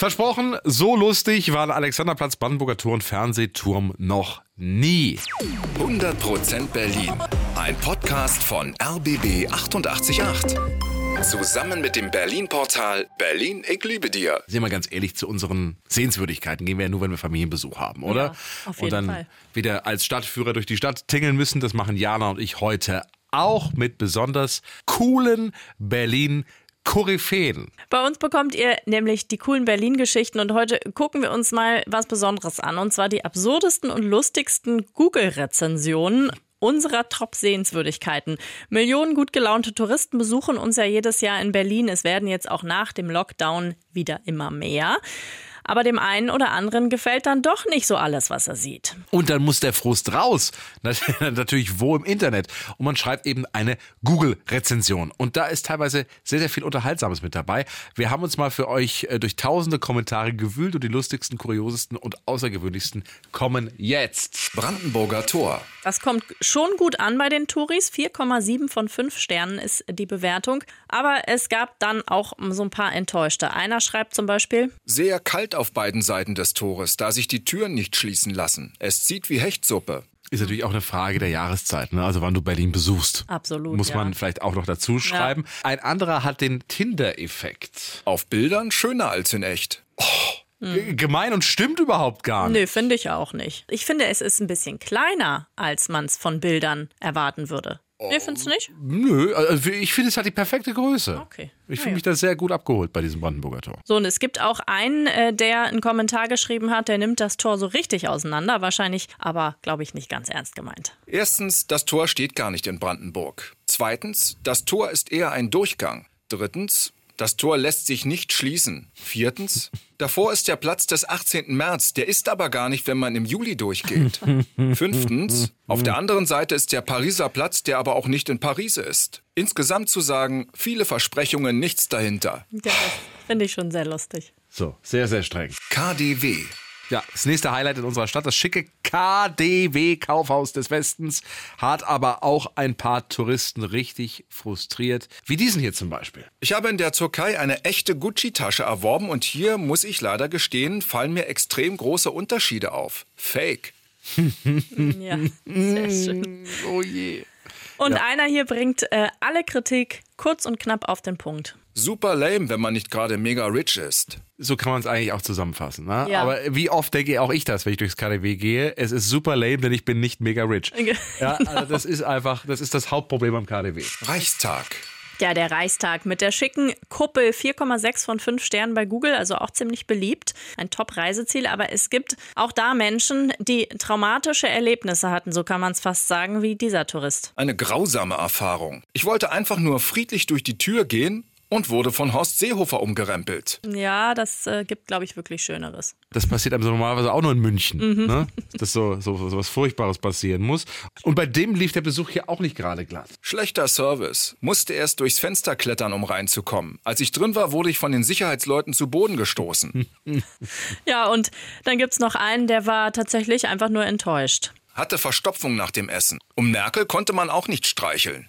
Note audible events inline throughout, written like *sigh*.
Versprochen, so lustig war der Alexanderplatz Brandenburger Tor und Fernsehturm noch nie. 100% Berlin. Ein Podcast von RBB 888. Zusammen mit dem Berlin-Portal Berlin, ich liebe dir. Sind wir ganz ehrlich, zu unseren Sehenswürdigkeiten gehen wir ja nur, wenn wir Familienbesuch haben, oder? Ja, auf jeden und dann Fall. wieder als Stadtführer durch die Stadt tingeln müssen. Das machen Jana und ich heute auch mit besonders coolen Berlin-Koryphäen. Bei uns bekommt ihr nämlich die coolen Berlin-Geschichten und heute gucken wir uns mal was Besonderes an und zwar die absurdesten und lustigsten Google-Rezensionen unserer Top-Sehenswürdigkeiten. Millionen gut gelaunte Touristen besuchen uns ja jedes Jahr in Berlin. Es werden jetzt auch nach dem Lockdown wieder immer mehr. Aber dem einen oder anderen gefällt dann doch nicht so alles, was er sieht. Und dann muss der Frust raus. Nat- *laughs* Natürlich wo im Internet. Und man schreibt eben eine Google-Rezension. Und da ist teilweise sehr, sehr viel Unterhaltsames mit dabei. Wir haben uns mal für euch äh, durch tausende Kommentare gewühlt und die lustigsten, kuriosesten und außergewöhnlichsten kommen jetzt. Brandenburger Tor. Das kommt schon gut an bei den Touris. 4,7 von 5 Sternen ist die Bewertung. Aber es gab dann auch so ein paar Enttäuschte. Einer schreibt zum Beispiel, Sehr kalt auf beiden Seiten des Tores, da sich die Türen nicht schließen lassen. Es zieht wie Hechtsuppe. Ist natürlich auch eine Frage der Jahreszeit, ne? also wann du Berlin besuchst. Absolut, Muss ja. man vielleicht auch noch dazu schreiben. Ein anderer hat den Tinder-Effekt. Auf Bildern schöner als in echt. G- Gemein und stimmt überhaupt gar nicht. nö, finde ich auch nicht. Ich finde, es ist ein bisschen kleiner, als man es von Bildern erwarten würde. Nee, findest du nicht? Nö, also ich finde, es hat die perfekte Größe. Okay. Ich Ah, fühle ja. mich da sehr gut abgeholt bei diesem Brandenburger Tor. So, und es gibt auch einen, äh, der einen Kommentar geschrieben hat, der nimmt das Tor so richtig auseinander. Wahrscheinlich, aber glaube ich nicht ganz ernst gemeint. Erstens, das Tor steht gar nicht in Brandenburg. Zweitens, das Tor ist eher ein Durchgang. Drittens, das Tor lässt sich nicht schließen. Viertens, davor ist der Platz des 18. März, der ist aber gar nicht, wenn man im Juli durchgeht. Fünftens, auf der anderen Seite ist der Pariser Platz, der aber auch nicht in Paris ist. Insgesamt zu sagen, viele Versprechungen, nichts dahinter. Ja, das *laughs* finde ich schon sehr lustig. So, sehr, sehr streng. KDW. Ja, das nächste Highlight in unserer Stadt, das schicke KDW-Kaufhaus des Westens, hat aber auch ein paar Touristen richtig frustriert. Wie diesen hier zum Beispiel. Ich habe in der Türkei eine echte Gucci-Tasche erworben und hier, muss ich leider gestehen, fallen mir extrem große Unterschiede auf. Fake. Ja, sehr schön. Oh je. Und einer hier bringt äh, alle Kritik kurz und knapp auf den Punkt. Super lame, wenn man nicht gerade mega rich ist. So kann man es eigentlich auch zusammenfassen. Ne? Ja. Aber wie oft denke auch ich das, wenn ich durchs KDW gehe? Es ist super lame, denn ich bin nicht mega rich. Ja, also das ist einfach, das ist das Hauptproblem am KDW. Reichstag. Ja, der Reichstag mit der schicken Kuppel 4,6 von 5 Sternen bei Google, also auch ziemlich beliebt. Ein Top-Reiseziel, aber es gibt auch da Menschen, die traumatische Erlebnisse hatten, so kann man es fast sagen, wie dieser Tourist. Eine grausame Erfahrung. Ich wollte einfach nur friedlich durch die Tür gehen und wurde von Horst Seehofer umgerempelt. Ja, das äh, gibt, glaube ich, wirklich Schöneres. Das passiert einem so normalerweise auch nur in München, ne? dass so, so, so was Furchtbares passieren muss. Und bei dem lief der Besuch hier auch nicht gerade glatt. *laughs* Schlechter Service. Musste erst durchs Fenster klettern, um reinzukommen. Als ich drin war, wurde ich von den Sicherheitsleuten zu Boden gestoßen. Ja, und dann gibt es noch einen, der war tatsächlich einfach nur enttäuscht. Hatte Verstopfung nach dem Essen. Um Merkel konnte man auch nicht streicheln.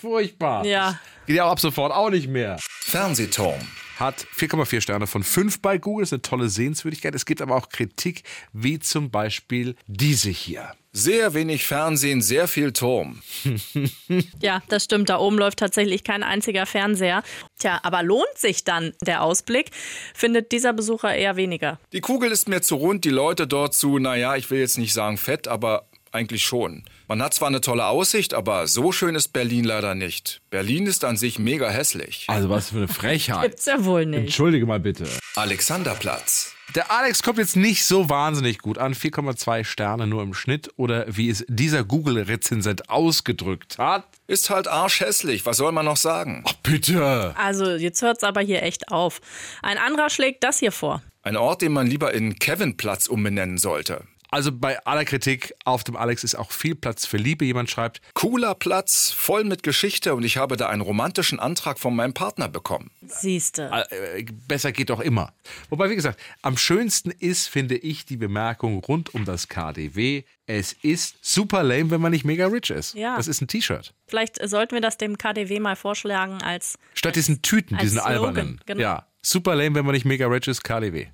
Furchtbar. Ja. Geht ja auch ab sofort auch nicht mehr. Fernsehturm. Hat 4,4 Sterne von 5 bei Google, ist eine tolle Sehenswürdigkeit. Es gibt aber auch Kritik, wie zum Beispiel diese hier. Sehr wenig Fernsehen, sehr viel Turm. Ja, das stimmt. Da oben läuft tatsächlich kein einziger Fernseher. Tja, aber lohnt sich dann der Ausblick? Findet dieser Besucher eher weniger. Die Kugel ist mir zu rund, die Leute dort zu, naja, ich will jetzt nicht sagen fett, aber eigentlich schon. Man hat zwar eine tolle Aussicht, aber so schön ist Berlin leider nicht. Berlin ist an sich mega hässlich. Also was für eine *laughs* Frechheit. Gibt's ja wohl nicht. Entschuldige mal bitte. Alexanderplatz. Der Alex kommt jetzt nicht so wahnsinnig gut an. 4,2 Sterne nur im Schnitt oder wie es dieser Google-Rezensent ausgedrückt hat. Ist halt arschhässlich, was soll man noch sagen? Ach, bitte. Also, jetzt hört's aber hier echt auf. Ein anderer schlägt das hier vor. Ein Ort, den man lieber in Kevinplatz umbenennen sollte. Also bei aller Kritik auf dem Alex ist auch viel Platz für Liebe. Jemand schreibt, Cooler Platz, voll mit Geschichte und ich habe da einen romantischen Antrag von meinem Partner bekommen. Siehste. äh, besser geht doch immer. Wobei, wie gesagt, am schönsten ist, finde ich, die Bemerkung rund um das KDW. Es ist super lame, wenn man nicht mega rich ist. Ja. Das ist ein T-Shirt. Vielleicht sollten wir das dem KDW mal vorschlagen als Statt diesen Tüten, als diesen Slogan, albernen. genau. Ja. Super lame, wenn man nicht mega rich ist, KDW.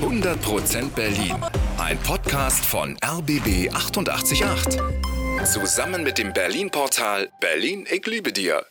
100% Berlin. Ein Podcast von RBB 888. Zusammen mit dem Berlin-Portal Berlin, ich liebe dir.